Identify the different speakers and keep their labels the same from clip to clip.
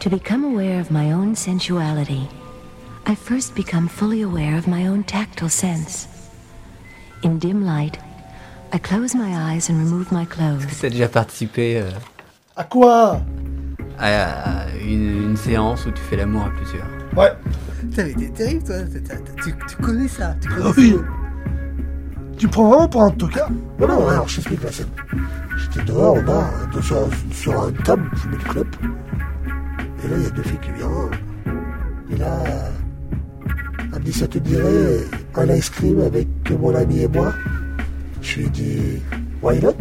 Speaker 1: To become aware of my own sensuality, I first become fully aware of my own tactile sense. In dim light, I close my eyes and remove my clothes.
Speaker 2: Tu as déjà participé euh,
Speaker 3: À quoi
Speaker 2: à à une, une séance où tu fais l'amour à plusieurs
Speaker 3: Ouais.
Speaker 4: Putain, mais t'es terrible, toi. T'as- t'as- Tu, tu connais ça. Tu connais
Speaker 3: Ah
Speaker 4: ça.
Speaker 3: oui. Tu me prends vraiment pour un Ah. tocard
Speaker 5: Non, non, alors je t'explique, la scène. J'étais dehors au bar, euh, de- sur, un- sur une table, je mets une clope. Et là, il y a deux filles qui viennent. Et là, euh, elle me dit, ça te dirait un ice cream avec mon ami et moi Je lui ai dit, why not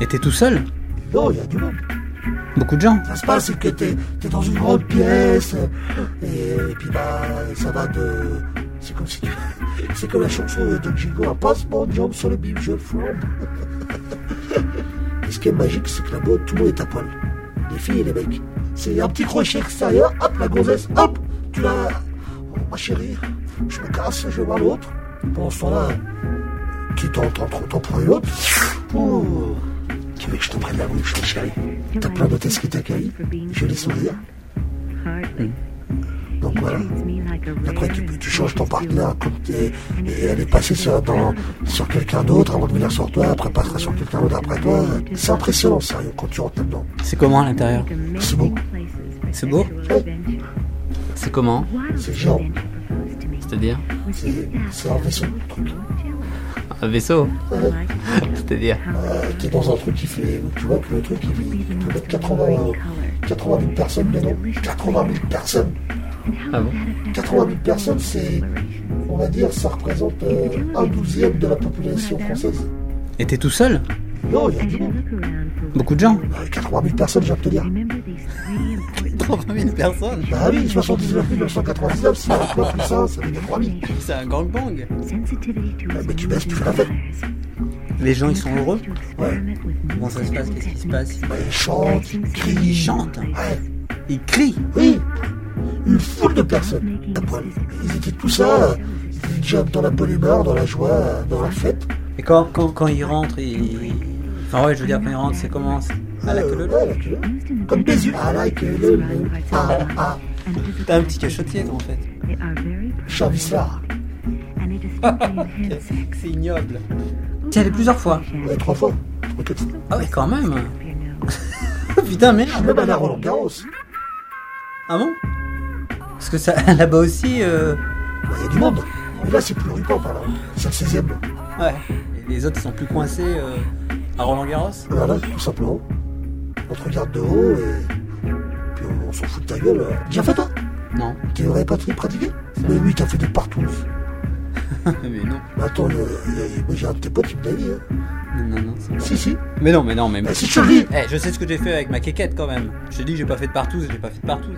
Speaker 6: Et t'es tout seul
Speaker 5: Non, il y a du monde.
Speaker 6: Beaucoup de gens
Speaker 5: Ça se passe, c'est que t'es es dans une grande pièce, et, et puis bah, ça va de. C'est comme si tu. C'est comme la chanson de Django, un passement de jambes sur le bim, je flambe. Et ce qui est magique, c'est que là-bas, tout le monde est à poil. Les filles et les mecs. C'est un petit crochet extérieur, hop, la gonzesse, hop, tu l'as. Oh, ma chérie, je me casse, je vais voir l'autre. Pendant ce temps-là, tu t'entends trop, t'en prends une autre. Ouh. Tu veux que je te prenne la bouche, ma chérie T'as plein d'hôtesses qui t'accueillent, je les sourire. Donc voilà. Après, tu, tu changes ton partenaire comme t'es- et elle est passée sur, dans- sur quelqu'un d'autre avant de venir sur toi, après passera sur quelqu'un d'autre après toi. C'est impressionnant, sérieux, quand tu rentres là-dedans.
Speaker 6: C'est comment à l'intérieur
Speaker 5: C'est beau.
Speaker 6: C'est beau
Speaker 2: C'est comment
Speaker 5: C'est genre,
Speaker 2: C'est-à-dire
Speaker 5: c'est c'est un vaisseau, le truc.
Speaker 2: Un vaisseau C'est-à-dire
Speaker 5: Euh, T'es dans un truc qui fait, tu vois que le truc, il, il peut mettre 80, 80 000 personnes dedans. 80 000 personnes
Speaker 2: Ah bon
Speaker 5: 80 000 personnes, c'est, on va dire, ça représente euh, un douzième de la population française.
Speaker 6: Et t'es tout seul
Speaker 5: Non, il y a du monde.
Speaker 6: Beaucoup de gens
Speaker 5: Euh, 80 000 personnes, j'ai envie de te dire.
Speaker 6: 30 000 personnes
Speaker 5: Bah oui, 79 999, si on quoi tout ça, ça fait 3 000.
Speaker 6: C'est un gangbang
Speaker 5: mais Ah, bah, tu baisses, tu fais la fête.
Speaker 6: Les gens, ils sont heureux
Speaker 5: Ouais.
Speaker 6: Comment ça se passe Qu'est-ce qui se passe
Speaker 5: Bah, ils chantent, ils crient, ils chantent.
Speaker 6: chantent
Speaker 5: Ouais,
Speaker 6: Ils crient
Speaker 5: oui, une foule de personnes. à poil. Ils étaient tout ça, euh, ils étaient déjà dans la bonne humeur, dans la joie, dans la fête.
Speaker 6: Et quand, quand, quand ils rentrent, ils... Enfin ouais, je veux dire, quand ils rentrent, c'est comment C'est À la queue leu
Speaker 5: Euh,
Speaker 6: leu
Speaker 5: ouais, la queue leu. Comme des yeux. Ah, là, que le, le, ah, ah,
Speaker 6: T'as un petit cachotier, toi, en fait.
Speaker 5: Charvissard.
Speaker 6: C'est ignoble. T'y es allé plusieurs fois
Speaker 5: Ouais, trois fois, trois, quatre fois.
Speaker 6: Ah ouais, quand même Putain, merde
Speaker 5: Même à la Roland Garros,
Speaker 6: Ah bon Parce que ça, là-bas aussi, euh...
Speaker 5: il y a du monde. Mais là, c'est plus ruban par là. C'est le 16 e
Speaker 6: ouais, Et les autres ils sont plus coincés euh, à Roland-Garros
Speaker 5: Voilà, tout simplement. On te regarde de haut et. Puis on, on s'en fout de ta gueule. Déjà fait toi
Speaker 6: Non,
Speaker 5: Tu n'aurais pas très pratiqué Mais oui, t'as fait des partout.
Speaker 6: mais non,
Speaker 5: Mais attends, le- le- le- moi, j'ai un de tes potes qui me l'a dit. hein.
Speaker 6: non, non, non, c'est pas-
Speaker 5: Si, si.
Speaker 6: Mais non, mais non, mais...
Speaker 5: Bah, si je te le dis
Speaker 6: Eh, je sais ce que j'ai fait avec ma quéquette, quand même. Je te dis que j'ai pas fait de partout, j'ai pas fait de partout.